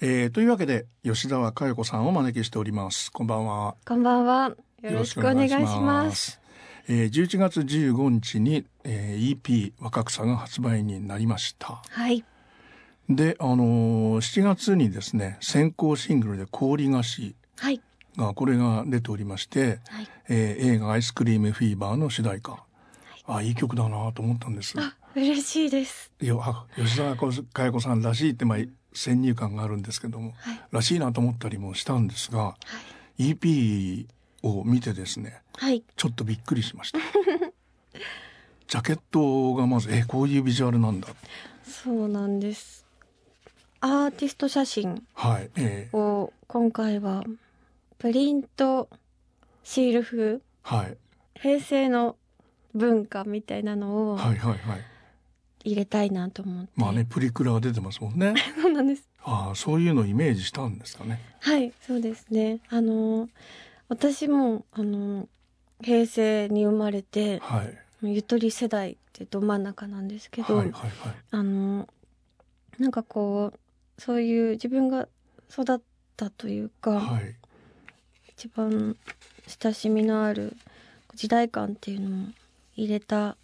えーというわけで吉田和佳代子さんをお招きしておりますこんばんはこんばんは。よろしくお願いします。えー11月15日に、えー EP 若草が発売になりましたはい。であのー7月にですね先行シングルで氷菓子はい。がこれが出ておりまして、はい。えー映画アイスクリームフィーバーの主題歌、あいい曲だなと思ったんですあ、嬉しいです。いやあ吉田佳代子さんらしいって、まあ、先入観があるんですけども、はいらしいなと思ったりもしたんですがはい。 EP を見てですねはい。ちょっとびっくりしま したジャケットがまずえこういうビジュアルなんだそうなんです。アーティスト写真はい、えーを今回はプリントシール風はい、平成の文化みたいなのをはいはいはい入れたいなと思って。まあね。プリクラが出てますもんねそうなんです。ああそういうのをイメージしたんですかねはい、そうですね。あの私もあの平成に生まれてはいゆとり世代ってど真ん中なんですけはいど、はいはいあのなんかこうそういう自分が育ったというか、はい一番親しみのある時代感っていうのも入れた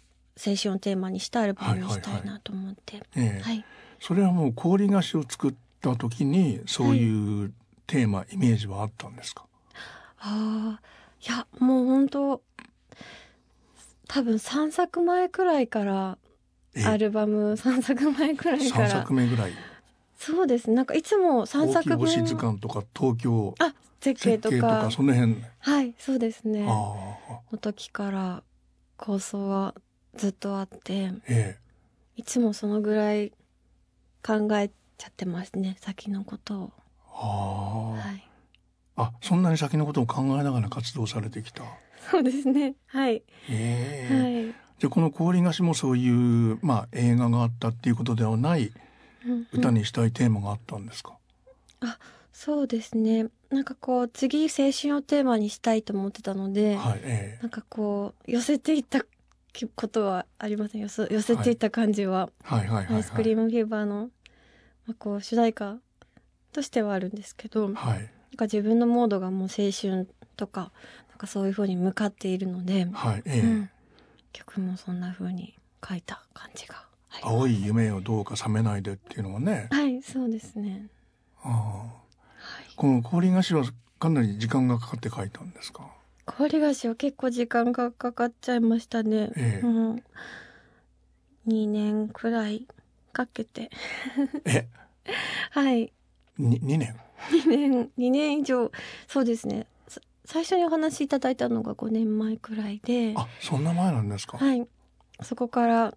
青春をテーマにしたアルバムにしたいなと思って、えーはいそれはもう氷菓子を作った時にそういうテーマ、イメージはあったんですかあーいやもう本当多分3作前くらいからえアルバム3作前くらいか3ら作目ぐらいそうですねなんかいつも3大きい作分星図鑑とか東京あ絶景設と計とかかその辺、はいそうですねああの時から構想はずっとあってえいつもそのぐらい考えちゃってますね先のことを、えああ、はい、あそんなに先のことを考えながら活動されてきたそうですねはい、ええはい、じゃあこの氷菓子もそういうまあ映画があったっていうことではないうんうん歌にしたいテーマがあったんですか、そうですねなんかこう次青春をテーマにしたいと思ってたので、はいええなんかこう寄せていったことはありませんよそ寄せていった感じは、はいはいはいアはイスクリいームフィーバーの、まあ、こう主題歌としてはあるんですけど、はいなんか自分のモードがもう青春とかなんかそういう風に向かっているので、はいええうん、曲もそんな風に書いた感じがあります青い夢をどうか覚めないでっていうのがね、はいそうですねああはいこの氷菓子はかなり時間がかかって書いたんですか氷菓子は結構時間がかかっちゃいましたね、ええうん、2年くらいかけてえはいに2年2年2年以上そうですねさ最初にお話しいただいたのが5年前くらいであそんな前なんですか、はい、そこから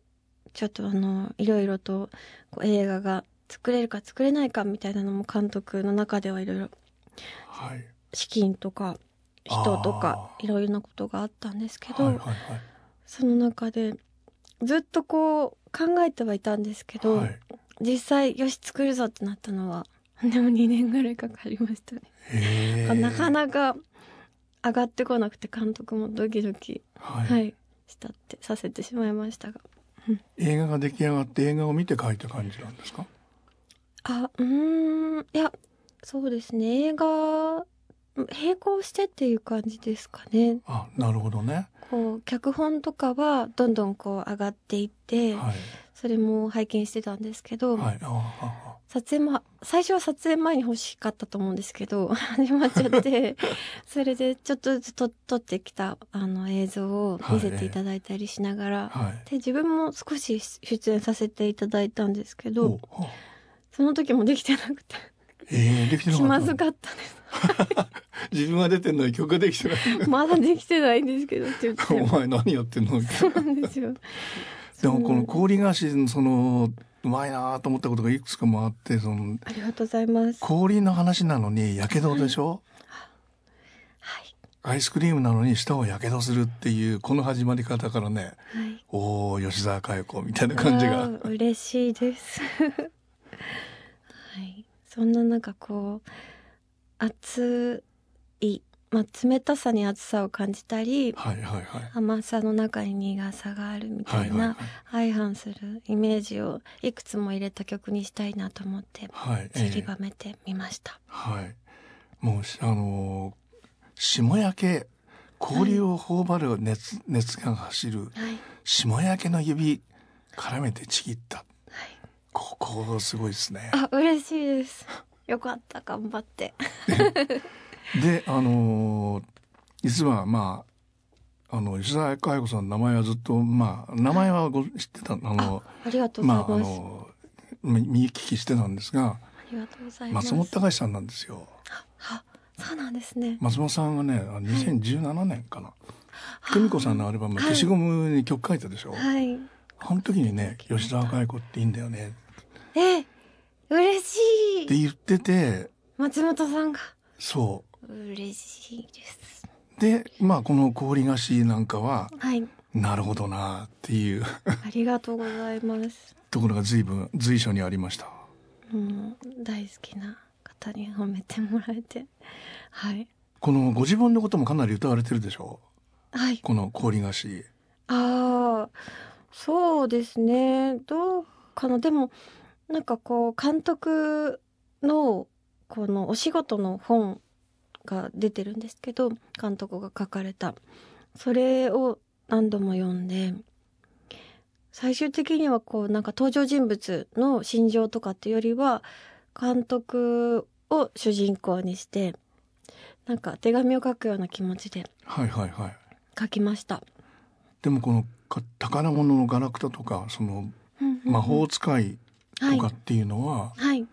ちょっとあのいろいろとこう映画が作れるか作れないかみたいなのも監督の中ではいろいろはい資金とか人とかあーいろいろなことがあったんですけど、はいはいはいその中でずっとこう考えてはいたんですけど、はい実際よし作るぞってなったのはでも2年ぐらいかかりましたね。へえなかなか上がってこなくて監督もドキドキ、はいはい、したってさせてしまいましたが。映画が出来上がって映画を見て書いた感じなんですかあうーんいやそうですね映画並行してっていう感じですかねあなるほどね、こう脚本とかはどんどんこう上がっていって、はいそれも拝見してたんですけど、はいああ撮影も最初は撮影前に欲しかったと思うんですけど 始まっちゃってそれでちょっとずつと撮ってきたあの映像を見せていただいたりしながら、あはいで自分も少し出演させていただいたんですけおどあその時もできてなくてええできてなか気ったまのずかったです。自分が出てんのに曲ができてないまだできてないんですけどって言ってお前何やってん のそうなんですよ。でもこのそう氷菓子のそのうまいなと思ったことがいくつかもあってそのありがとうございます。は氷の話なのにやけどでしょ、いアイスクリームなのに舌をやけどするっていうこの始まり方からねはい。おお吉沢佳代子みたいな感じあがー嬉しいです。はい。そんななんかこう熱いまあ、冷たさに熱さを感じたりはいはいはい甘さの中に苦さがあるみたはいいはいな相反するイメージをいくつも入れた曲にしたいなと思ってはい散りええばめてみました。はいもうしあのー霜焼け氷を頬張る熱,、熱が走るはい、霜焼けの指絡めてちぎったはいここすごいですねあ、嬉しいです。よかった、頑張って。であのー実はまああの吉沢佳代子さんの名前はずっとまあ名前はご知ってたあのありがとうござまいああます。あ、のみ見聞きしてたんですがりがとうございます。松本隆さんなんですよあ、あそうなんですね。松本さんはねあの2017年かな久美子さんのアルバム「はい消しゴム」に曲書いたでしょ、はい。あの時にね「吉沢佳代子っていいんだよね」え、嬉しっい。て言ってて松本さんがそ嬉しいです。うでまあこの「氷菓子」なんかははい、なるほどなっていう ありがとうございます。 ところが随分随所にありました。うん、大好きな方に褒めてもらえて、はい。このご自分のこともかなり歌われてるでしょはい。この氷菓子ああ、そうですね。どうかな。でも、なんかこう、監督の、このお仕事の本が出てるんですけど、監督が書かれた。それを何度も読んで、最終的にはこう、なんか登場人物の心情とかっていうよりは、監督を主人公にして、なんか手紙を書くような気持ちではいはいはい書きました。でもこのか宝物のガラクタとかそのうんうんうん魔法使いはといかっていうのは、はい。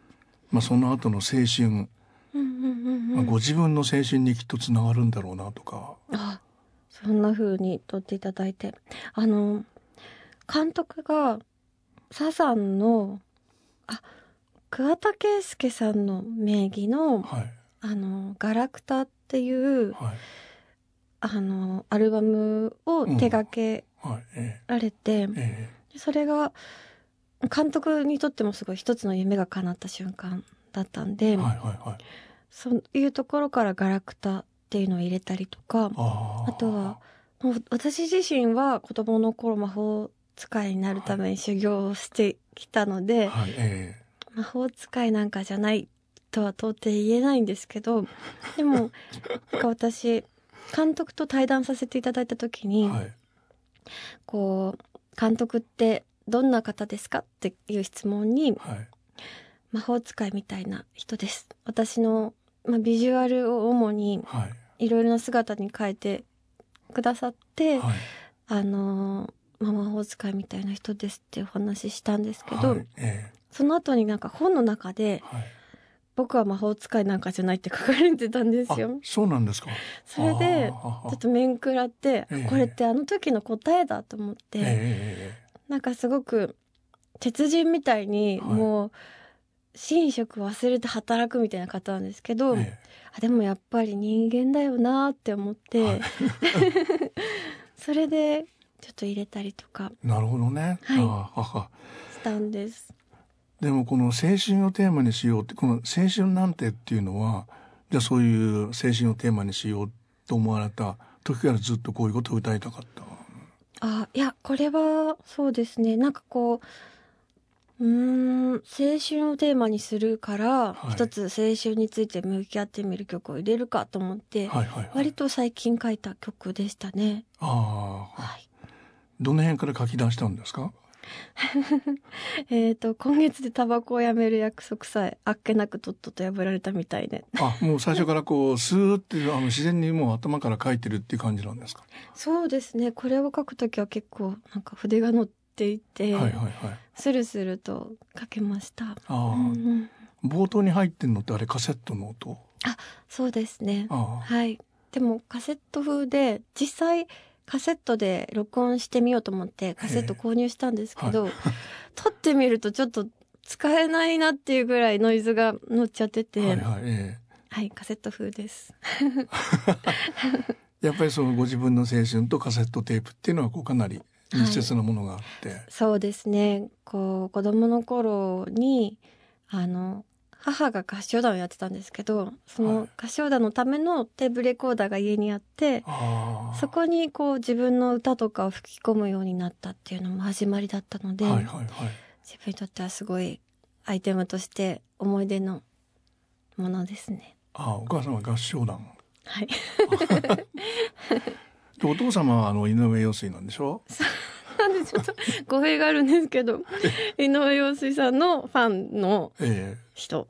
まあ、その後の青春、うんうんうんうんまあ、ご自分の青春にきっとつながるんだろうなとかあそんな風に撮っていただいて。あの、監督が、サザンの、あ、桑田佳祐さんの名義の、はいあの、ガラクタっていう、はいあの、アルバムを手掛けはいえられて、ええそれが、監督にとってもすごい一つの夢が叶った瞬間だったんで、えはいはいはいそういうところからガラクタっていうのを入れたりとか、あーあとはもう私自身は子供の頃魔法使いになるために修行をしてきたので、はいえ魔法使いなんかじゃないとは到底言えないんですけ ど、でも、なんか私、監督と対談させていただいた時えに、はいこう、監督ってどんな方ですかっていう質問に、はい魔法使いみたいな人です。私の、まあ、ビジュアルを主にはいいろいろな姿に変えてくださって、はいあのー、まあ魔法使いみたいな人ですってお話ししたんですけど、はいええその後になんか本の中で、はい僕は魔法使いなんかじゃないって書かれてたんですあよ。そうなんですかそれで、あーちょっと面食らって、ええこれってあの時の答えだと思って、えええなんかすごく、鉄人みたいに、はいもう、寝食忘れて働くみたいな方なんですけえど、ええあでもやっぱり人間だよなーって思って、はい それでちょっと入れたりとかえなるほどねはいあーははしたんです。でもこの青春をテーマにしようってこの青春なんてっていうのはじゃあそういう青春をテーマにしようと思われた時からずっとこういうことを歌いたかった。あいやこれはそうですねなんかこううーん青春をテーマにするから、はい一つ青春について向き合ってみる曲を入れるかと思って、はいはい、はい。割と最近書いた曲でしたね。ああ、はい、どの辺から書き出したんですか。えっ、と今月でタバコをやめる約束さえあっけなくとっとと破られたみたいね。あ、もう最初からこうスーってあの自然にもう頭から書いてるっていう感じなんですか。そうですねこれを書くときは結構なんか筆が乗っていて、はいはいはい。スルスルと書けました。ああ、うんうん、冒頭に入ってんのってあれカセットの音。そうですね。ああ、はい。でもカセット風で実際カセットで録音してみようと思ってカセット購入したんですけ ど、撮ってみるとちょっと使えないなっていうぐらいノイズが乗っちゃってて、ははいい、はい。えカセット風です。えやっぱりそのご自分の青春とカセットテープっていうのはこうかなり密接なものがあって。そうですね。こう子供の頃にあの母が合唱団をやってたんですけどそはのい合唱団のためのテープレコーダーが家にあって、ああそこにこう自分の歌とかを吹き込むようになったっていうのも始まりだったので、はいはいはい自分にとってはすごいアイテムとして思い出のものですね。ああお母さんは合唱団はい、 でお父様はあの井上陽水なんでしょなんでちょっと語弊があるんですけど井上陽水さんのファンのえ人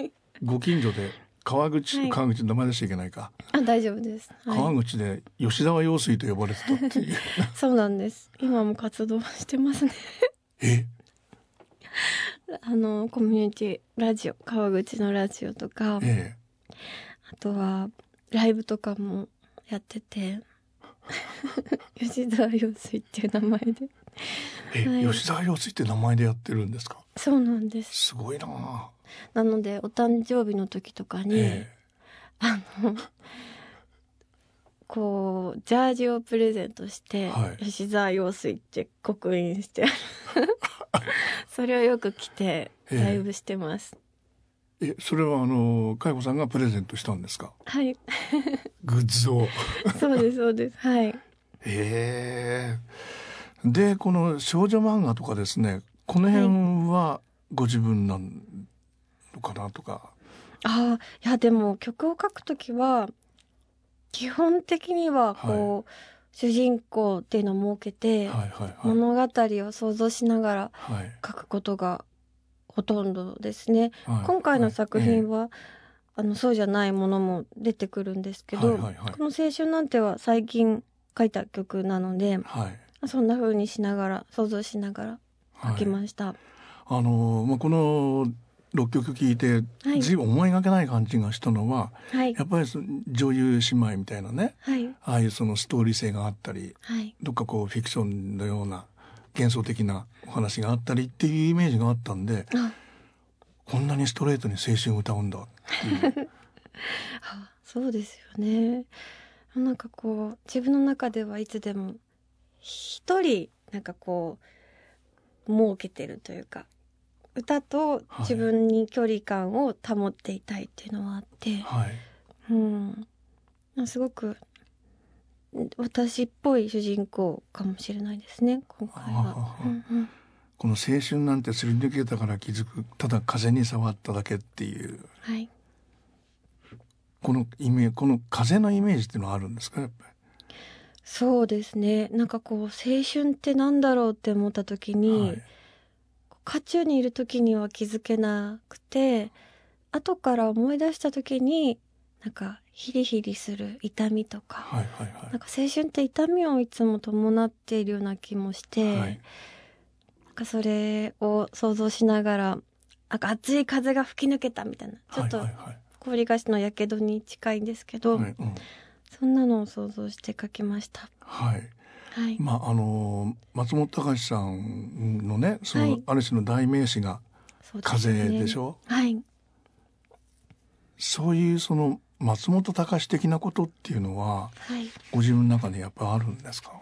えご近所で川口、はい川口の名前出しちゃいけないか、あ大丈夫です、は川口で吉沢陽水と呼ばれてたって いうい、そうなんです今も活動してますねえ あのコミュニティラジオ川口のラジオとかえあとはライブとかもやっ てて吉沢陽水っていう名前でええ、はい吉沢陽水って名前でやってるんですかそうなんですすごいなあなのでお誕生日の時とかに、えあのこうジャージをプレゼントして、はい吉沢陽水って刻印して それをよく着てええライブしてます、ええそれはあの佳代子さんがプレゼントしたんですかはいグッズをそうですそうですはいええでこの少女漫画とかですねこの辺はご自分なんのかなとか、ああいやでも曲を書くときは基本的にはこう、主人公っていうのを設けて、はい、はいはいはい物語を想像しながらはい書くことがほとんどですね。はい今回の作品はは、あのそうじゃないものも出てくるんですけど、はいはいはいこの「青春なんて」は最近書いた曲なのではいそんな風にしながら想像しながらは書いきました。あのまあこの六曲聴いてはい随分思いがけない感じがしたのは、はいやっぱりその女優姉妹みたいなねはいああいうそのストーリー性があったりはいどっかこうフィクションのような幻想的なお話があったりっていうイメージがあったんであこんなにストレートに青春を歌うんだっていう。あそうですよね。なんかこう自分の中ではいつでも一人なんかこう設けてるというか歌と自分に距離感を保っていたいっていうのはあって、はいうん、すごく私っぽい主人公かもしれないですね今回はあ。あうんうんこの青春なんてすり抜けたから気づくただ風に触っただけっていうはい、このイメージこの風のイメージっていうのはあるんですかやっぱそうですねなんかこう青春ってなんだろうって思った時り、に、はい渦中にいる時には気づけなくて後から思い出した時になんかヒリヒリする痛みとか、はいはいなんか青春って痛みをいつも伴っているような気もして。はいはいなんかそれを想像しながらなんか熱い風が吹き抜けたみたいなちょっとはいはい氷菓子のやけどに近いんですけど、はいはいうんそんなのを想像して書きました。はいはい、まああの松本隆さんのねそはのいある種の代名詞がそうです風ねでしょ、はい、そういうその松本隆的なことっていうのははい、ご自分の中でやっぱあるんですか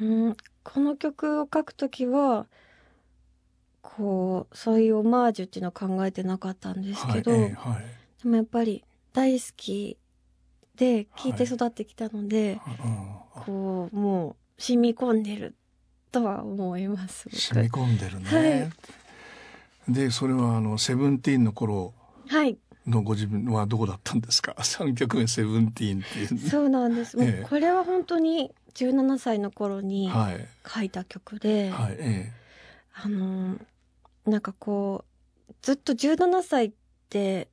うん、この曲を書くときは。こう、そういうオマージュっていうのは考えてなかったんですけど、はい、ええはいでもやっぱり大好きで聞いてはい育ってきたので、うんあこうもう染み込んでるとは思います。僕染み込んでるね、はでそれはあのセブンティーンの頃はい、のご自分はどうだったんですか 三曲目セブンティーンっていうそうなんです。もえうえこれは本当に17歳の頃にはい書いた曲で、はいえあのーなんかこうずっと17歳って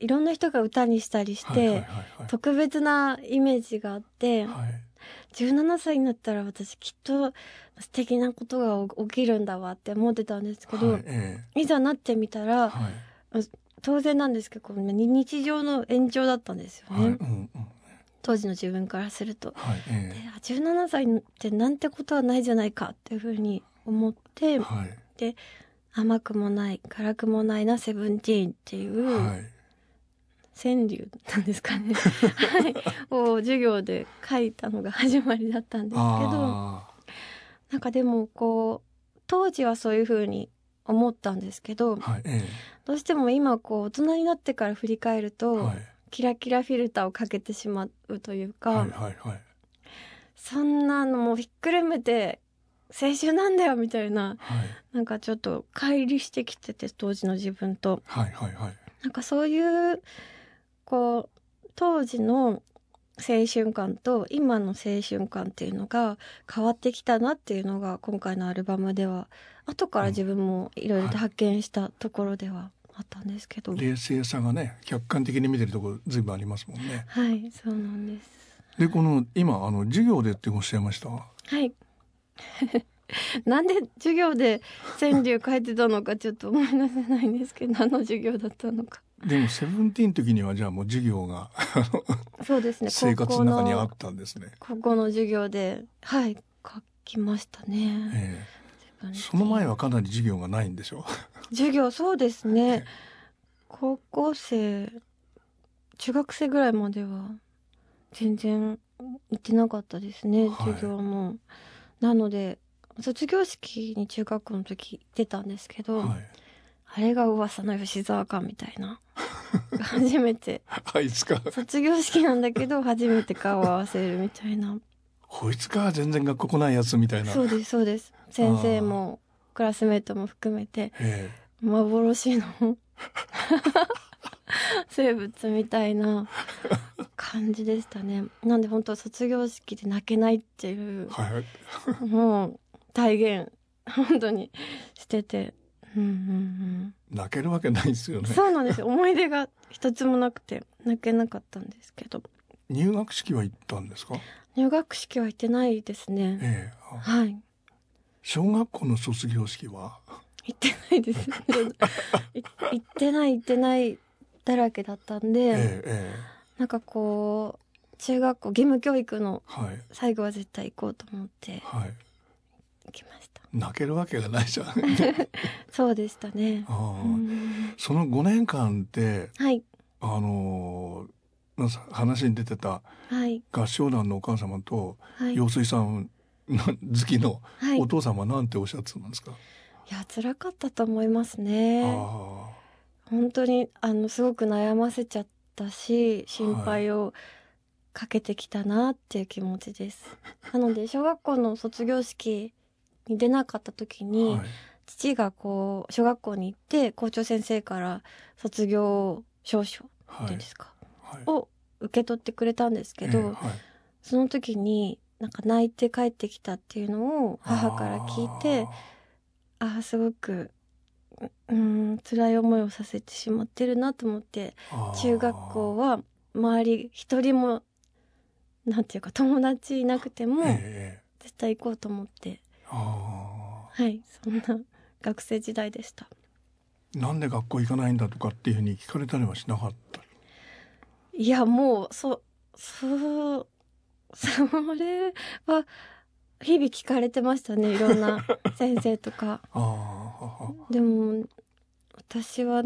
いろんな人が歌にしたりしえて、はいはいはいはい特別なイメージがあって、はい17歳になったら私きっと素敵なことが起きるんだわって思ってたんですけど、はいえいざなってみたえらはい当然なんですけどこう日常の延長だったんですよはいね、うんうん当時の自分からすると。はいえであ17歳ってなんてことはないじゃないかっていうふうに思ってえはい甘くもない辛くもないなセブンティーンっていうはい川柳なんです かね、はい、を授業で書いたのが始まりだったんですけどあなんかでもこう当時はそういうふうに思ったんですけどあはいええどうしても今こう大人になってから振り返ると、はいキラキラフィルターをかけてしまうというか、はいはいはいそんなのもうひっくるめて青春なんだよみたいなはいなんかちょっと乖離してきてて当時の自分とはいはいはいなんかそういうこう当時の青春感と今の青春感っていうのが変わってきたなっていうのが今回のアルバムでは後から自分もいろいろと発見したところではあったんですけど、冷静さがね客観的に見てるところ随分ありますもんねはいそうなんですでこの今あの授業でっておっしゃいましたはい なんで授業で川柳書いてたのかちょっと思い出せないんですけど何の授業だったのかでもセブンティーンの時にはじゃあもう授業がそうですね生活の中にあ高っ校のたんですね、高校の授業ではい書きましたね、ええその前はかなり授業がないんでしょ授業そうですはいね高校生中学生ぐらいまでは全然行ってなかったですはね、い授業もなので卒業式に中学校の時行ってたんですけう、ど、はい、あれが噂の吉沢かみたいな 初めてあいつか卒業式なんだけど初めて顔を合わせるみたいなこいつか全然学校来ないやつみたいなそうですそうです先生もクラスメートも含めてえ幻の 生物みたいな感じでしたねなんで本当卒業式で泣けないってえいうはいもう体現本当にしててうんうんうん泣けるわけないですよねそうなんですよ思い出が一つもなくて泣けなかったんですけど入学式は行ったんですか入学式は行ってないですねええあはい小学校の卒業式は行ってないです い行ってない行ってないだらけだったんで、ええええなんかこう中学校義務教育のはい最後は絶対行こうと思ってはい行きました泣けるわけがない じゃんあそうでしたねあうんその5年間ってはいあのーなんす話に出てたはい合唱団のお母様とはい陽水さんの好きのはいいお父様なんておっしゃってたんですか、や辛かったと思いますねあ本当にあのすごく悩ませちゃったし心配をかけてきたなっていう気持ちです、なので小学校の卒業式に出なかった時あ、に、はい、父がこう小学校に行って校長先生から卒業証書っはていいうんですか、はいを受け取ってくれたんですけど、ええはいその時になんか泣いて帰ってきたっていうのを母から聞いてああすごくううーん辛い思いをさせてしまってるなと思ってあーあー中学校は周り一人もなんていうか友達いなくてもええええ絶対行こうと思って、あはいそんな学生時代でした。ーなんで学校行かないんだとかっていうふうに聞かれたりはしなかったいやもうそそうそれは日々聞かれてまし たねいろんな先生とかあーあでも私は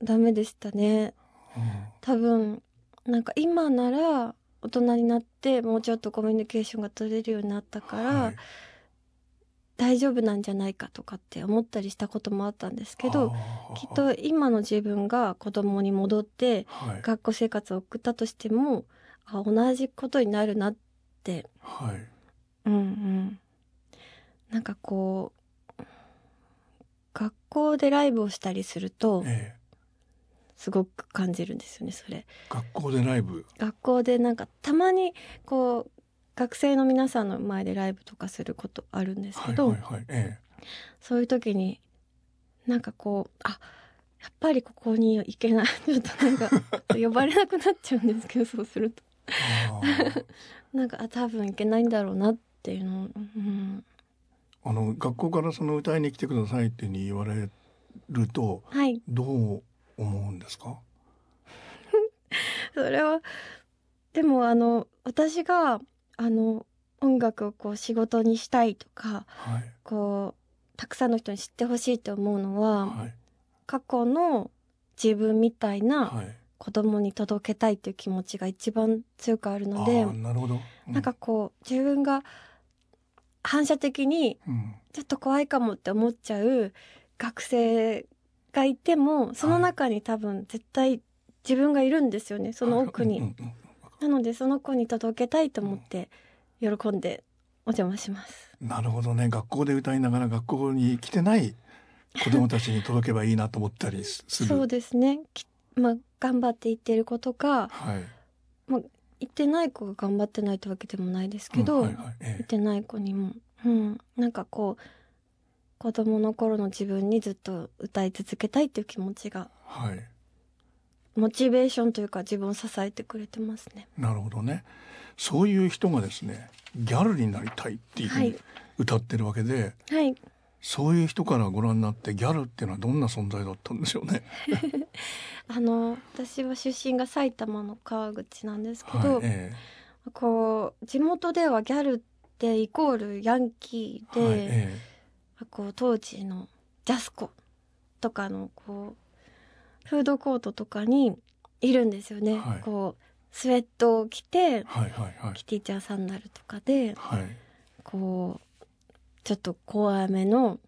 ダメでしたねー、うん多分なんか今なら大人になってもうちょっとコミュニケーションが取れるようになったから、はい大丈夫なんじゃないかとかって思ったりしたこともあったんですけどあーきっと今の自分が子供に戻ってはい学校生活を送ったとしてもあ同じことになるなってはいうんうんなんかこう学校でライブをしたりするとええすごく感じるんですよねそれ学校でライブ学校でなんかたまにこう学生の皆さんの前でライブとかすることあるんですはけいど、はいはいえそういう時になんかこうあやっぱりここに行けない ちょっとなんか呼ばれなくなっちゃうんですけどそうするとえあー なんかあ多分いけないんだろうなっていうのを、うん、あの学校からその歌いに来てくださいっていうふうに言われるとはいどう思うんですかそれはでもあの私があの音楽をこう仕事にしたいとかはいこうたくさんの人に知ってほしいと思うのは、はい過去の自分みたいなはい子供に届けたいっていう気持ちが一番強くあるあので、ーなるほどうなんかこう自分が反射的にうんちょっと怖いかもって思っちゃう学生がいてもその中に多分絶対自分がいるんですよねその奥に、うんうんなのでその子に届けたいと思って喜んでお邪魔しますうんなるほどね学校で歌いながら学校に来てない子供たちに届けばいいなと思ったりすすそうる。ですねきまあ頑張って言ってる子とかはい。言ってない子が頑張ってないってわけでもないですけど、うん言はいはいえってない子にも、うん、なんかこう子供の頃の自分にずっと歌い続けたいっていう気持ちがえはい。モチベーションというか自分を支えてくれてますね。なるほどね。そういう人がですね、ギャルになりたいっていうふうはにい歌ってるわけで、はい、そういう人からご覧になってギャルっていうのはどんな存在だったんでしょうね。あの私は出身が埼玉の川口なんですけはいど、。えこう地元ではギャルってイコールヤンキーえで、はい。えこう当時のジャスコとかのこうフードコートとかにいるんですよね、はいこうスウェットを着てえはいはいはいキティちゃんサンダルとかではいこうちょっと怖めの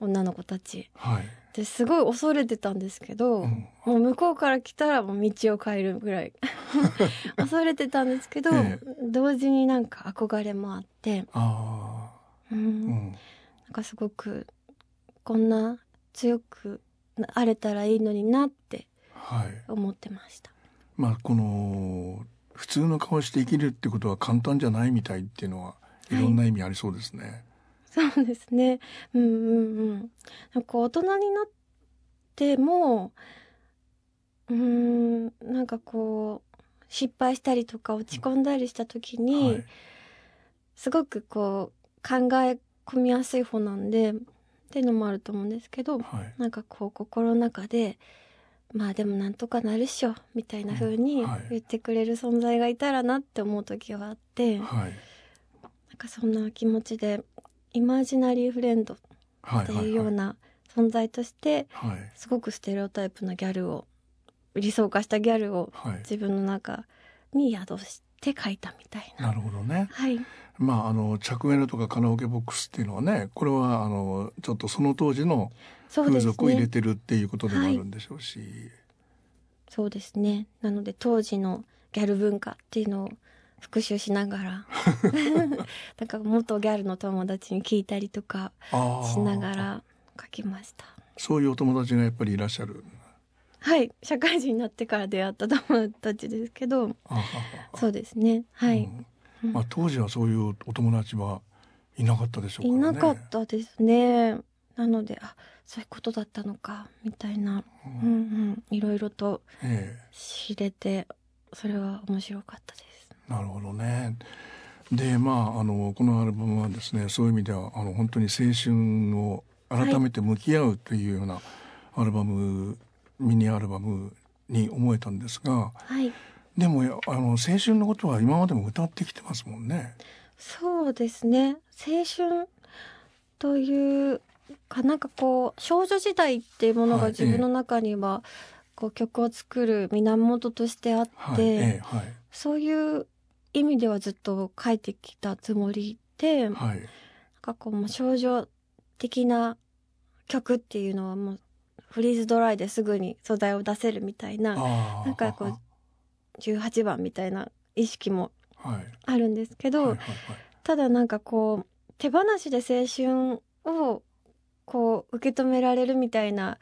女の子たちはい。ですごい恐れてたんですけど、うんもう向こうから来たらもう道を変える ぐらい恐れてたんですけど、え同時になんか憧れもあって、あうあ。うんん。なんかすごくこんな強くな荒れたらいいのになってはい。思ってました。まあこの普通の顔して生きるってことは簡単じゃないみたいっていうのはいろんな意味ありそうですね。そうですね。うんうんうん。なんか大人になっても、うーん、なんかこう失敗したりとか落ち込んだりした時はに、い。すごくこう考え込みやすい方なんでっていうのもあると思うんですけど、はい。なんかこう心の中でまあでもなんとかなるっしょみたいな風にうんはい言ってくれる存在がいたらなって思う時はあって、はい。なんかそんな気持ちでイマジナリーフレンドっはい。てはいいうようはい。な存在としてはい。すごくステレオタイプなギャルを理想化したギャルをはい。自分の中に宿して書いたみたいな。なるほどね。はい、まああの着メロとかカラオケボックスっていうのはね、これはあのちょっとその当時のそう風です俗を入れね。てるっていうことでもあるんでしょうし、そうですね。なので当時のギャル文化っていうのを復習しなが ら、なんか元ギャルの友達に聞いたりとかあーしながら書きました。そういうお友達がやっぱりいらっしゃる。はい、社会人になってから出会った友達ですけど、あああそうですね。はうい、んうんまあ当時はそういうお友達はいなかったでしょういからね。なかったですね。なので、あ、そういうことだったのかみたいな、う。うんうんん、いろいろとええ知れて、それは面白かったです。なるほどね。でまああのこのアルバムはですねそういう意味ではあの本当に青春を改めて向き合うというようなアルバム、ミニアルバムに思えたんですがはい。でもやあの青春のことは今までも歌ってきてますもんね。そうですね青春というかなんかこう少女時代っていうものはがい自分の中にはこう曲を作る源としてあって、はい、ええはいそういう意味ではずっと書いてきたつもりで、なんはいかこうもう少女的な曲っていうのはもうフリーズドライですぐに素材を出せるみたいなあーなんかこう18番みたいな意識もはいあるんですけど、はいはいはいただなんかこう手放しで青春をこう受け止められるみたいな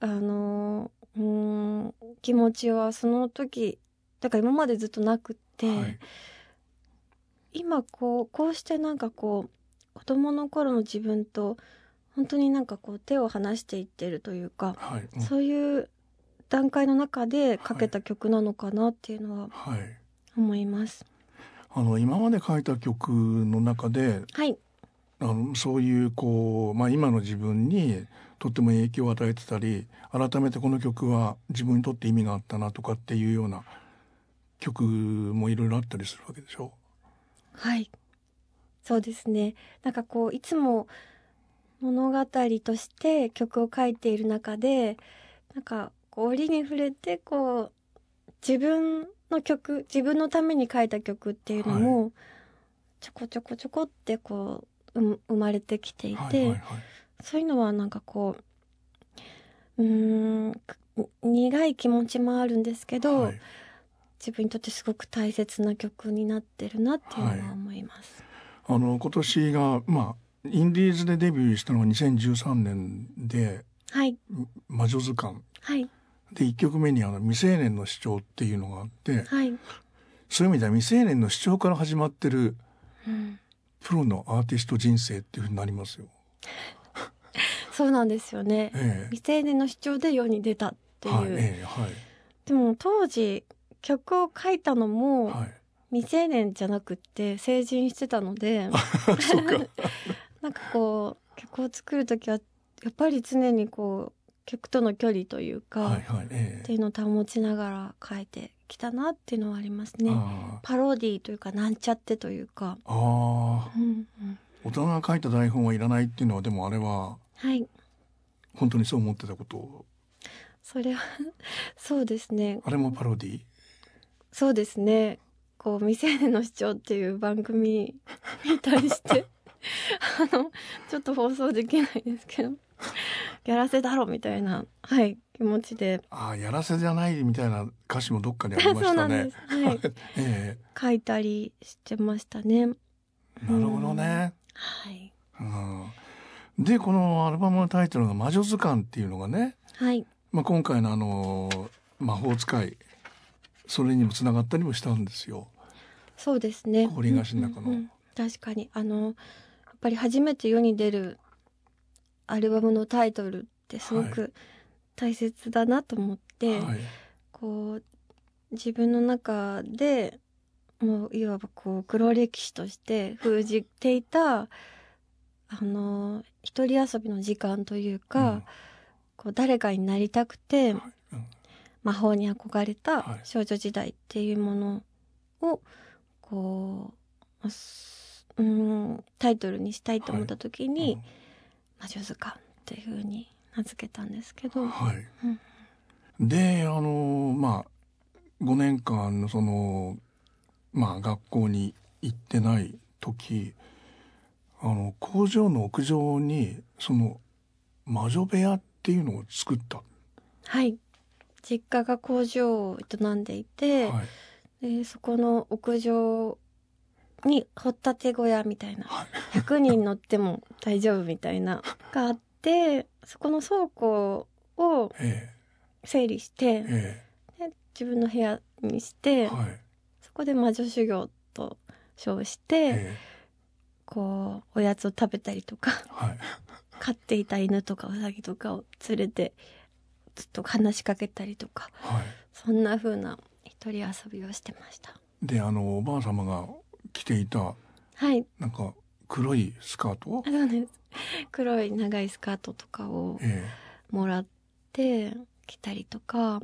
あのーうーん気持ちはその時だから今までずっとなくって、はい今こうこうしてなんかこう子供の頃の自分と本当になんかこう手を離していってるというか、はいうんそういう段階の中でかけた曲なのかなっていうのははい思います。あの今まで書いた曲の中ではい、あのそういうこう、まあ、今の自分にとっても影響を与えてたり改めてこの曲は自分にとって意味があったなとかっていうような曲もいろいろあったりするわけでしょ。はい。そうですね。なんかこう、いつも物語として曲を書いている中で、なんかこう、折に触れて、こう、自分の曲、自分のために書いた曲っていうのも、ちょこちょこちょこってこう、うん生まれてきていて、はいはいはいそういうのはなんかこう、うーん苦い気持ちもあるんですけど、はい自分にとってすごく大切な曲になってるなっていうのは思います。あの今年がまあインディーズでデビューしたのが2013年ではい、 「魔女図鑑はい、」で1曲目にあの「未成年の主張」っていうのがあってはい、そういう意味では未成年の主張から始まってるうん、プロのアーティスト人生っていうふうになりますよ。そうなんですよね。ええ未成年の主張で世に出たっていう。はい、ええはい、でも当時曲を書いたのも、 はい、未成年じゃなくって成人してたのでそう か、なんかこう曲を作る時はやっぱり常にこう曲との距離というか、はい、はい、え ってえいうのを保ちながら書いてきたなっていうのはありますね。あパロディーというかなんちゃってというか、あああうんうん、大人が書いた台本はいらないっていうのはでもあれははい本当にそう思ってたことそれはそうですねあれもパロディそうですねこう「未成年の主張」っていう番組に対してあのちょっと放送できないですけどやらせだろみたいな、はい、気持ちで、ああやらせじゃないみたいな歌詞もどっかにありま そしうたなんねです、はい、え書いたりしてましたね。えなるほどね。はい、うん、でこのアルバムのタイトルが「魔女図鑑」っていうのがね、はい、まあ、今回のあの「魔法使い」それにもつながったりもしたんですよ。そうですね。氷菓子の中のうんうんうん確かにあのやっぱり初めて世に出るアルバムのタイトルってすごく大切だなと思って、はいこう自分の中でもういわばこう黒歴史として封じていたあの一人遊びの時間というか、こう誰かになりたくて、うん魔法に憧れはたい少女時代っていうものをこう、ますうん、タイトルにしたいと思った時うんに「魔女図鑑」っていうふうに名付けたんですけど、はいうん、であのまあ5年間のそのまあ学校に行ってない時あの工場の屋上にその魔女部屋っていうのを作った、ははい実家が工場を営んでいいて、でそこの屋上に掘ったて小屋みたいなはい100人乗っても大丈夫みたいながあ ってそこの倉庫をえ整理しえてえ自分の部屋にしえてはいそこで魔女修行と称してええこうおやつを食べたりと かはい飼っていた犬とかウサギとかを連れてずっと話しかけたりとかはいそんな風な一人遊びをしてました。であのおばあ様が着ていたはいなんか黒いスカートあ、そうです黒い長いスカートとかをえもらってきたりとか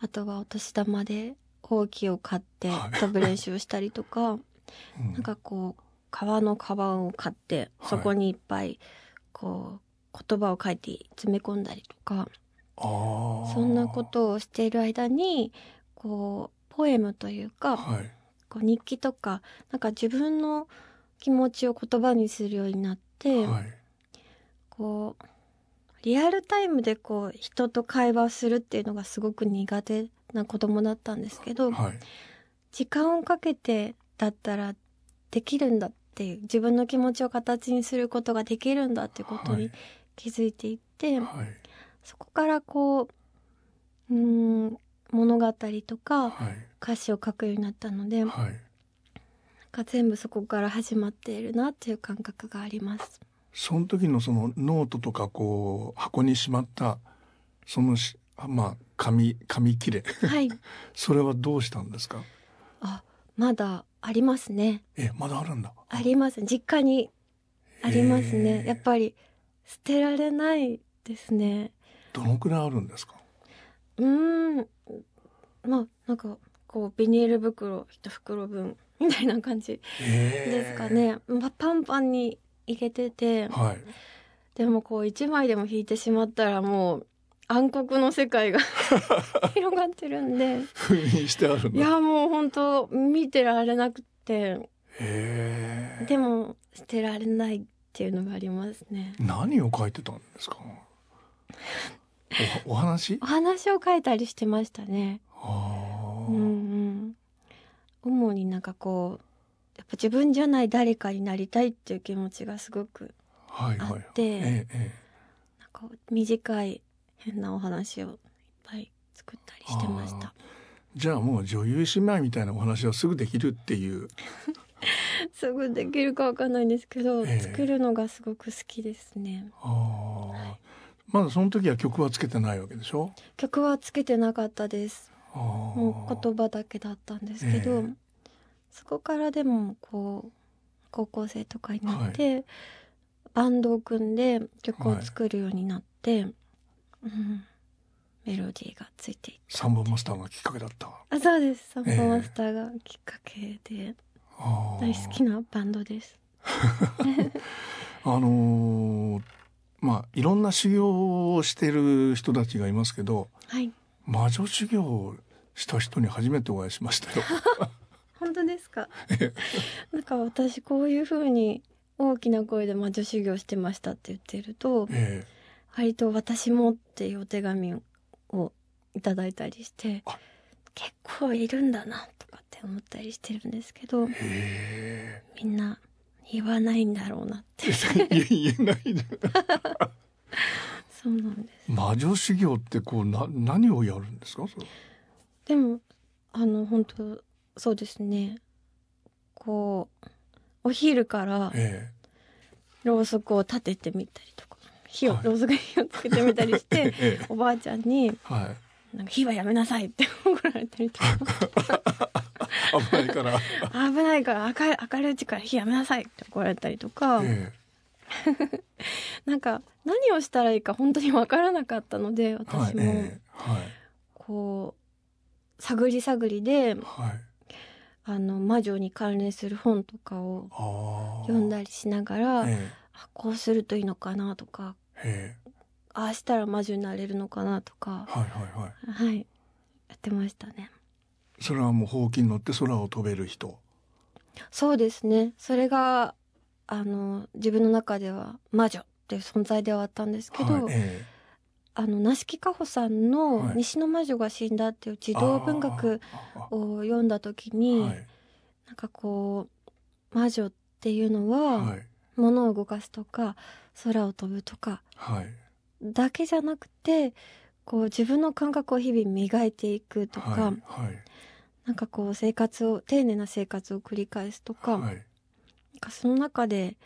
あとはお年玉でほうきを買ってはい飛ぶ練習をしたりとかえうんなんかこう革のカバンを買ってはいそこにいっぱいこう言葉を書いて詰め込んだりとかああそんなことをしている間にこうポエムというかはいこう日記とかなんか自分の気持ちを言葉にするようになって。はいこうリアルタイムでこう人と会話をするっていうのがすごく苦手な子供だったんですけどはい時間をかけてだったらできるんだっていう自分の気持ちを形にすることができるんだっていうことに気づいていって、はいそこからこううーん物語とかはい歌詞を書くようになったのでなんはい、はいか全部そこから始まっているなっていう感覚があり ます。その時のそのノートとかこう箱にしまったそのしまあ紙紙切れ はい、それはどうしたんですかあまだありますね。えまだあるんだあります実家にありますねへーやっぱり捨てられないですねどのくらいあるんですかうーんまあなんかこうビニール袋一袋分みたいな感じですかね、まあ、パンパンに入れててはい でもこう一枚でも引いてしまったらもう暗黒の世界が 広がってるんで封印してあるんいだへやもう本当見てられなくてえでも捨てられないっていうのがありますね何を書いてたんですかおお話お話を書いたりしてましたね。あうんうん、主になんかこうやっぱ自分じゃない誰かになりたいっていう気持ちがすごくあ、はいはいあはいっ。て、えええなんか短い変なお話をいっぱい作ったりしてました。えじゃあもう女優姉妹みたいなお話はすぐできるっていう。すぐできるかわかんないんですけど、ええ作るのがすごく好きですね。ああ。まだその時は曲はつけてないわけでしょ。曲はつけてなかったです。ああ。もう言葉だけだったんですけど、ええそこからでもこう高校生とかになって、バンドを組んで曲を作るようになって、うん、メロディーがついていったサンボマスターがきっかけだった。あそうですサンボええマスターがきっかけでああ大好きなバンド です。あのーまあいろんな修行をしてる人たちがいますけど、はい魔女修行をした人に初めてお会いしましたよ。本当ですかなんか私こういう風に大きな声で魔女修行してましたって言ってるとええ割と私もっていうお手紙をいただいたりしてあ結構いるんだなとかって思ったりしてるんですけどへみんな言わないんだろうなってえ。いや言えないね。 そうなんです魔女修行ってこうな何をやるんですかそれでもあの本当そうですねこうお昼からえろうそくを立ててみたりとか火を、はいろうそくに火をつけてみたりしえ てええおばあちゃんにはい なんか火はやめなさいって怒られたりとか危ないから、危ないから明る明るいうちから火やめなさいって怒られたりとか、えなんか何をしたらいいか本当に分からなかったのでえはい私えもえはいこう探り探りはでいあの魔女に関連する本とかをああ読んだりしながら、えあこうするといいのかなとかえええああしたら魔女になれるのかなとかはいはいはいはいやってましたね。それはもうほうきに乗って空を飛べる人そうですねそれがあの自分の中では魔女っていう存在ではあったんですけど、はいえあの梨木かほさんはの「い西の魔女が死んだ」っていうえ児童文学ああを読んだ時あに、はいなんかこう魔女っていうのは、はい物を動かすとか空を飛ぶとかはいだけじゃなくてこう自分の感覚を日々磨いていくとか、はいはいなんかこう生活を丁寧な生活を繰り返すとか,、なはんいかその中で、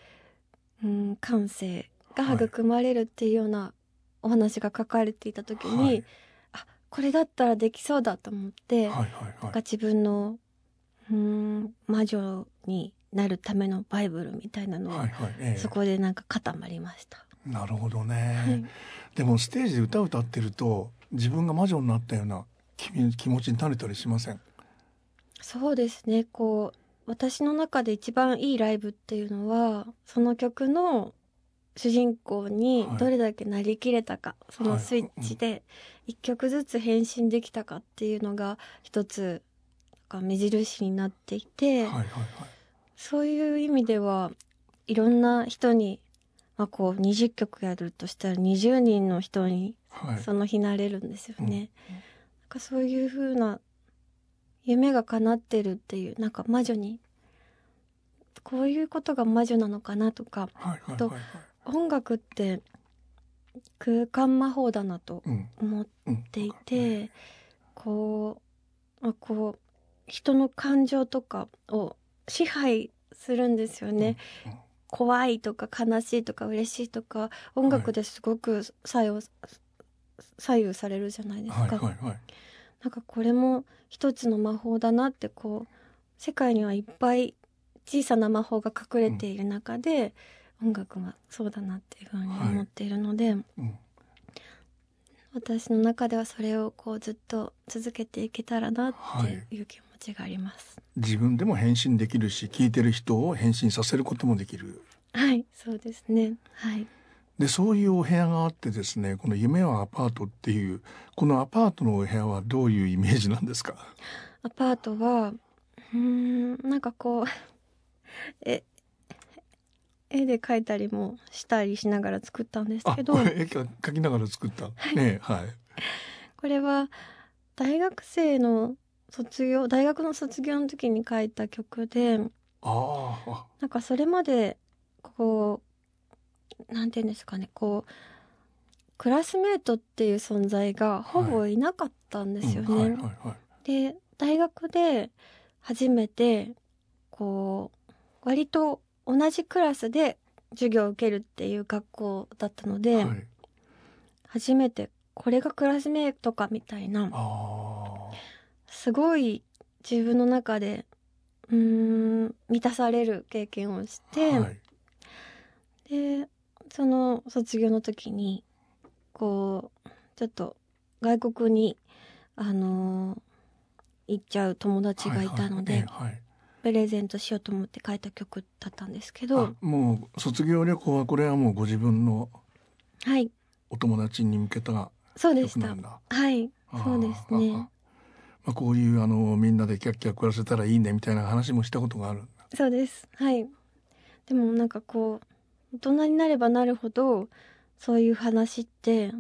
うん、感性が育まれるっていうようなお話が書かれていた時に、はいあこれだったらできそうだと思って、はいなんはかい自分の、うん、魔女になるためのバイブルみたいなのを、はいはいえそこでなんか固まりました。えなるほどはいねでもステージで歌を歌ってると自分が魔女になったような気気持ちになれたりしませんそうですねこう私の中で一番いいライブっていうのはその曲の主人公にはいどれだけなりきれたか、そはのいスイッチで一曲ずつ変身できたかっていうのが一つなんか目印になっていはいはて、いはいそういう意味ではいろんな人に、まあ、こう20曲やるとしたら20人の人にはいその日なれるんですよね。うんなんかそういう風な夢が叶ってるっていうなんか魔女にこういうことが魔女なのかなとかはいはいとはいはい音楽って空間魔法だなとうん思っうんていて、こう、まあ、こう人の感情とかを支配するんですよね。うんうん怖いとか悲しいとか嬉しいとか音楽ですごく作用、左右されるじゃないですか。はいはいはいなんかこれも一つの魔法だなってこう世界にはいっぱい小さな魔法が隠れている中で、音楽はそうだなっていうふうに思っているので、うん私の中ではそれをこうずっと続けていけたらなはいっていう気持ちがあります。自分でも変身できるし聞いてる人を変身させることもできるはい、そうですね。はい、でそういうお部屋があってですねこの「夢はアパート」っていうこのアパートのお部屋はどういうイメージなんですかアパート はうーんなんかこうえ絵で描いたりもしたりしながら作ったんですあけどこれ絵か描きながら作った、ねはいこれは大学生の卒業大学の卒業の時に書いた曲でああなんかそれまでこうなんていうんですかねこうクラスメートっていう存在がほぼいなかったんですよね。うんはいはいはいで大学で初めてこう割と同じクラスで授業を受けるっていう学校だったので、はい、初めてこれがクラスメートかみたいなあすごい自分の中でうーん満たされる経験をしあ、て、はい、でその卒業の時にこうちょっと外国にあのー行っちゃう友達がいたので、はいはいええはいプレゼントしようと思って書いた曲だったんですけどあもう卒業旅行はこれはもうご自分のはいお友達に向けたそうで曲しなたんだ。はいそうですあーね。まあこういうあのみんなでキャッキャ暮らせたらいいねみたいな話もしたことがあるんだ。そうですはいでもなんかこう大人になればなるほどそういう話って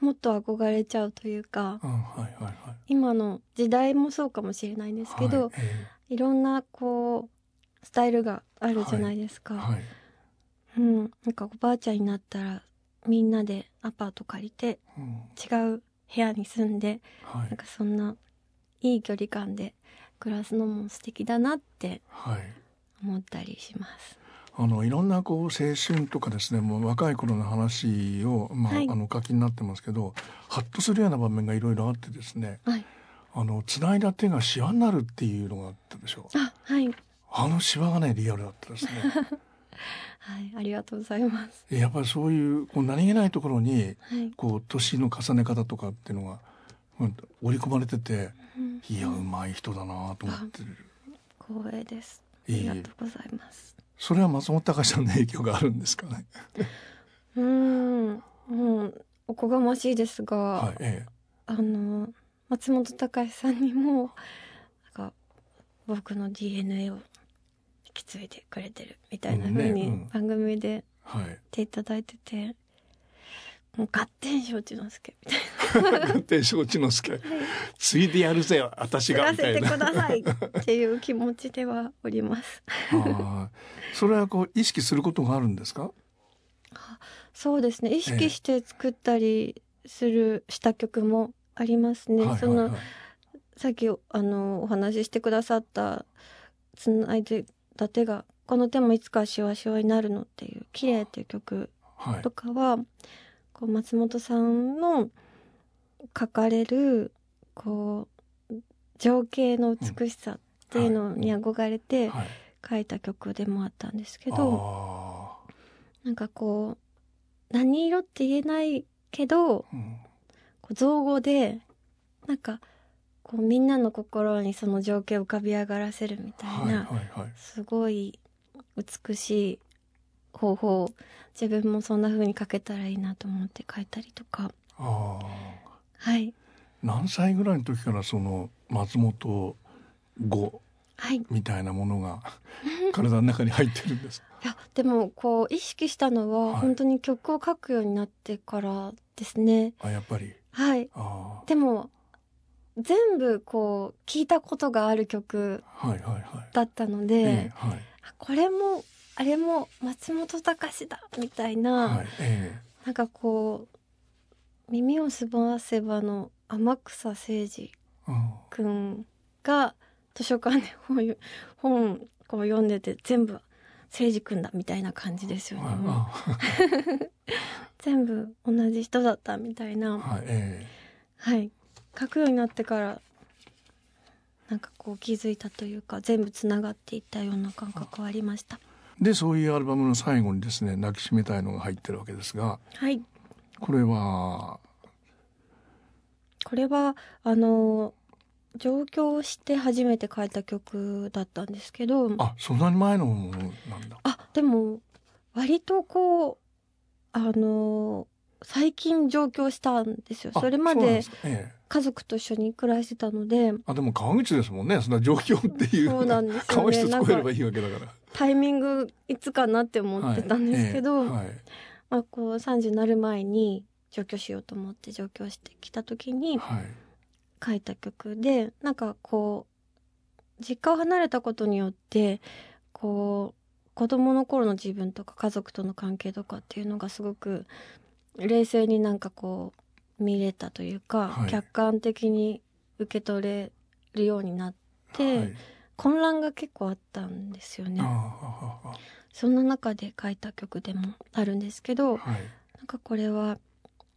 もっと憧れちゃうというかうんはいはいはい。今の時代もそうかもしれないんですけど、はいえいろんなこうスタイルがあるじゃないですか、えはいうん、なんかおばあちゃんになったらみんなでアパート借りてうん違う部屋に住んではなんいかそんないい距離感で暮らすのも素敵だなってはい。思ったりします。あのいろんなこう青春とかですねもう若い頃の話を、まあはいあの書きになってますけどハッとするような場面がいろいろあってですねはい、あの繋いだ手がシワになるっていうのがあったでしょうあ、はい、はあのシワがねリアルだったですねい、ありがとうございます。やっぱりそういうこう何気ないところにはい、こう年の重ね方とかっていうのがうん織り込まれててうんいやうまい人だなと思ってる光栄です。あいえりいえがとうございます。それは松本隆さんの影響があるんですかね。うーん、もうおこがましいですが、はい、えあの松本隆さんにもなんか僕の DNA を引き継いでくれてるみたいな風ねうにん番組で言っえはい。 ていただいてて、もうガッテン承知の助みたい官邸承知の助。ついでやるぜ、私ながやみたせい てくな。ださいっていう気持ちではおります。はいそれはこう意識することがあるんですか。そうですね意識して作ったりするした曲もありますね。はいそはいのはい。さっきあのお話ししてくださった「つないでた手がこの手もいつかしわしわになるの」っていう「綺麗っていう曲はいと。かはこう松本さんの書かれるこう情景の美しさっていうのに憧れてはい。書いた曲でもあったんですけあど、なんかこう何色って言えないけどーうんこう造語でなんかこうみんなの心にその情景を浮かび上がらせるみたいな、はいはいはい。すごい美しい方法自分もそんな風に書けたらいいなと思って書いたりとかああ。はい何歳ぐらいの時からその松本語はいいみたいなもの が体の中に入ってるんですか。やでもこう意識したのははい本当に曲を書くようになってからですねあやっぱり。はいあでも全部こう聞いたことがある曲あ。はいはいはい。だったので、ええはい。あこれもあれも松本隆だみたいな、はい。えなんかこう「耳をすばせば」の天草誠二え。うんくんが図書館で本読本こう読んでて全部誠二くんだみたいな感じですよね。もうああ全部同じ人だったみたいな、はい、えはい、書くようになってからなんかこう気づいたというか全部つながっていったような感覚はありました。えでそういうアルバムの最後にですね「抱きしめたいの」が入ってるわけですがはいこれはこれはあの上京して初めて書いた曲だったんですけどああそんなに前のものなんだ。でも割とこうあの最近上京したんですよあそれまうなんですかええ家族と一緒に暮らしてたのであでも川口ですもんねそんな状況っていうそうなんですよね川一つな超んかえればいいわけだからタイミングいつかなって思ってたんですけど、はいえまあ、こう30になる前に上京しようと思って上京してきた時えにはいはい書いた曲でなんかこう実家を離れたことによってこう子供の頃の自分とか家族との関係とかっていうのがすごく冷静になんかこう見れたというか、はい客観的に受け取れるようになって、はい混乱が結構あったんですよね。あああそんな中で書いた曲でもあるんですけどあ、はいなんかこれは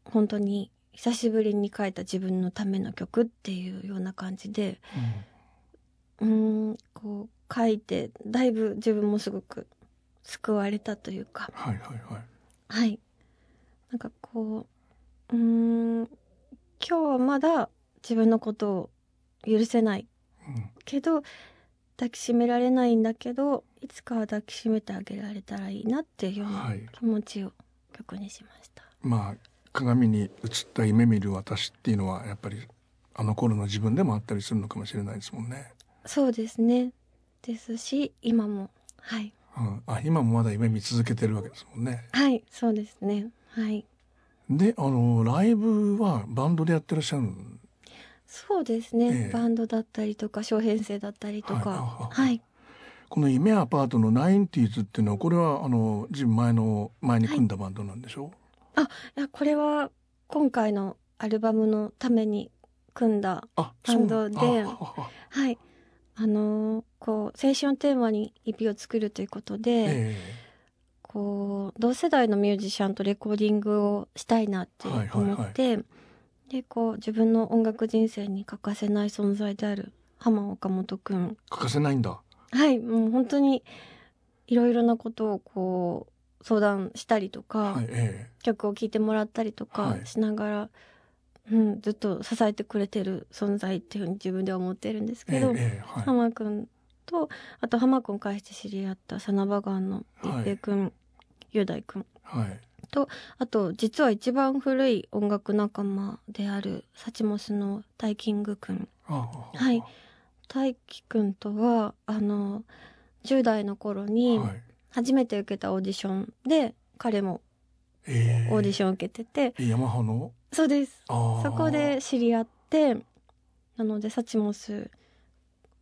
本当に久しぶりに書いた自分のための曲っていうような感じで、うーん、こう書いて、だいぶ自分もすごく救われたというか、はいはいはいはい。なんかこう、うーん、今日はまだ自分のことを許せないうんけど抱きしめられないんだけどいつかは抱きしめてあげられたらいいなっていうようなはい気持ちを曲にしました、まあ鏡に映った夢見る私っていうのはやっぱりあの頃の自分でもあったりするのかもしれないですもんね。そうですねですし今もはいうん、あ今もまだ夢見続けてるわけですもんね。はいそうですねはいであのライブはバンドでやってらっしゃるんそうですね、ええバンドだったりとか小編成だったりとはいあかあはいこの「夢アパート」の「ナインティーズ」っていうのはこれはあの自分前の前に組んだバンドなんでしょいやこれは今回のアルバムのために組んだう、あそうバンドであああはいあのーこう青春をテーマに EP を作るということで、えこう同世代のミュージシャンとレコーディングをしたいなって思って、はいはいでこう自分の音楽人生に欠かせない存在である浜岡本くんえ欠かせないんだ。はいもう本当にいろいろなことをこう相談したりとか、はいえ曲を聴いてもらったりとかはいしながら、うん、ずっと支えてくれてる存在っていうふうに自分では思ってるんですええけど、えええはい浜くんとあと浜くんを介して知り合ったサナバガンの一平くん、雄大くんはいあと実は一番古い音楽仲間であるサチモスのタイキングくんあああはい大輝くんとはあの10代の頃にはい初めて受けたオーディションで彼もええオーディションを受けてて、えヤマハのそうですああそこで知り合ってなのでサチモス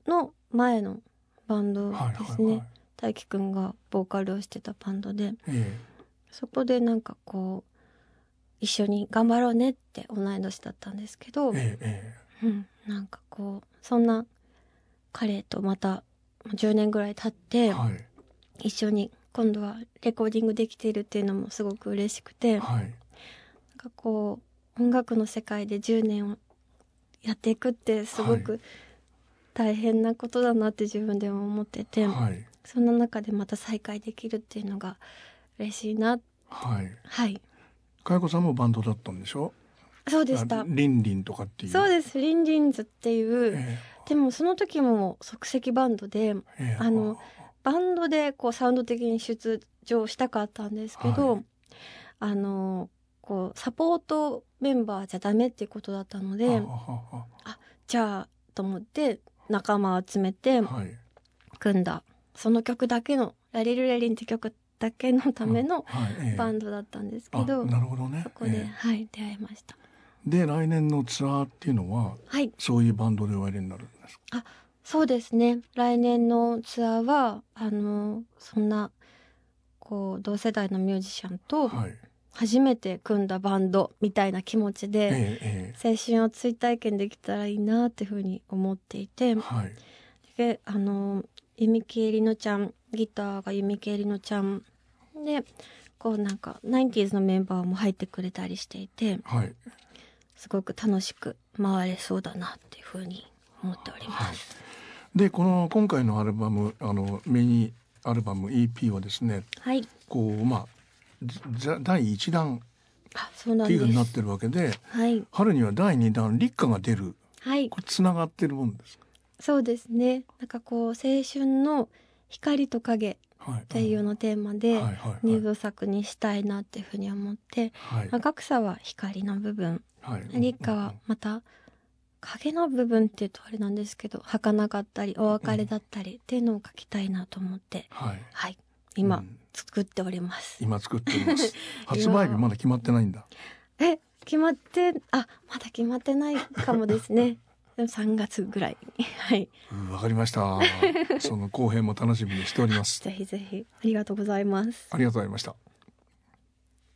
の前のバンドはいですはいはいね大輝くんがボーカルをしてたバンドでえそこでなんかこう一緒に頑張ろうねって同い年だったんですけど、ええええうん、なんかこうそんな彼とまた10年ぐらい経っえてはい一緒に今度はレコーディングできているっていうのもすごく嬉しくてなんはいかこう音楽の世界で10年をやっていくってすごく大変なことだなって自分でも思ってて、はいそんな中でまた再会できるっていうのが嬉しいなはいはい佳代子さんもバンドだったんでしょそうでしたあリンリンとかっていうそうす、ですリンリンズっていう、えでもその時も即席バンドでえええあのバンドでこうサウンド的に出場したかったんですけど、はいあのこうサポートメンバーじゃダメっていうことだったのあであじゃあと思って仲間を集めてああはい組んだその曲だけの「ラリルレリン」って曲だけのためはのいええバンドだったんですけあど、なるほどねそこで、えはい出会いました。えで来年のツアーっていうのははいそういうバンドでおやりになるんですかそうですね来年のツアーはあのそんなこう同世代のミュージシャンとはい初めて組んだバンドみたいな気持ちええでえ青春を追体験できたらいいなっていうふうに思っていてえはいであの弓木えりのちゃんギターが弓木えりのちゃんでこうなんか 90s のメンバーも入ってくれたりしていてはいすごく楽しく回れそうだなっていうふうに思っております。はいでこの今回のアルバムあのミニアルバム EP はですねはい、こうまあじじ第一弾あそうなっんていうふうでになすってるわけではい、春には第2弾立夏が出るはい、これつながってるもんですか、そうですね。なんかこう青春の光と影っはい、っていうのをテーマでではいはいは二い部作にしたいなっていうふうに思って、はいまあ、格差は光の部分、はい理科はまた影の部分っていうとあれなんですけど儚かったりお別れだったりっていうのを書きたいなと思って、はい。はい今、うん作っております。今作ってい ます。発売日まだ決まってないんだ。え決まってあまだ決まってないかもですね でも3月ぐらいにはいうんわかりま した。その後編も楽しみにしております。ぜひぜひありがとうございますありがとうございました。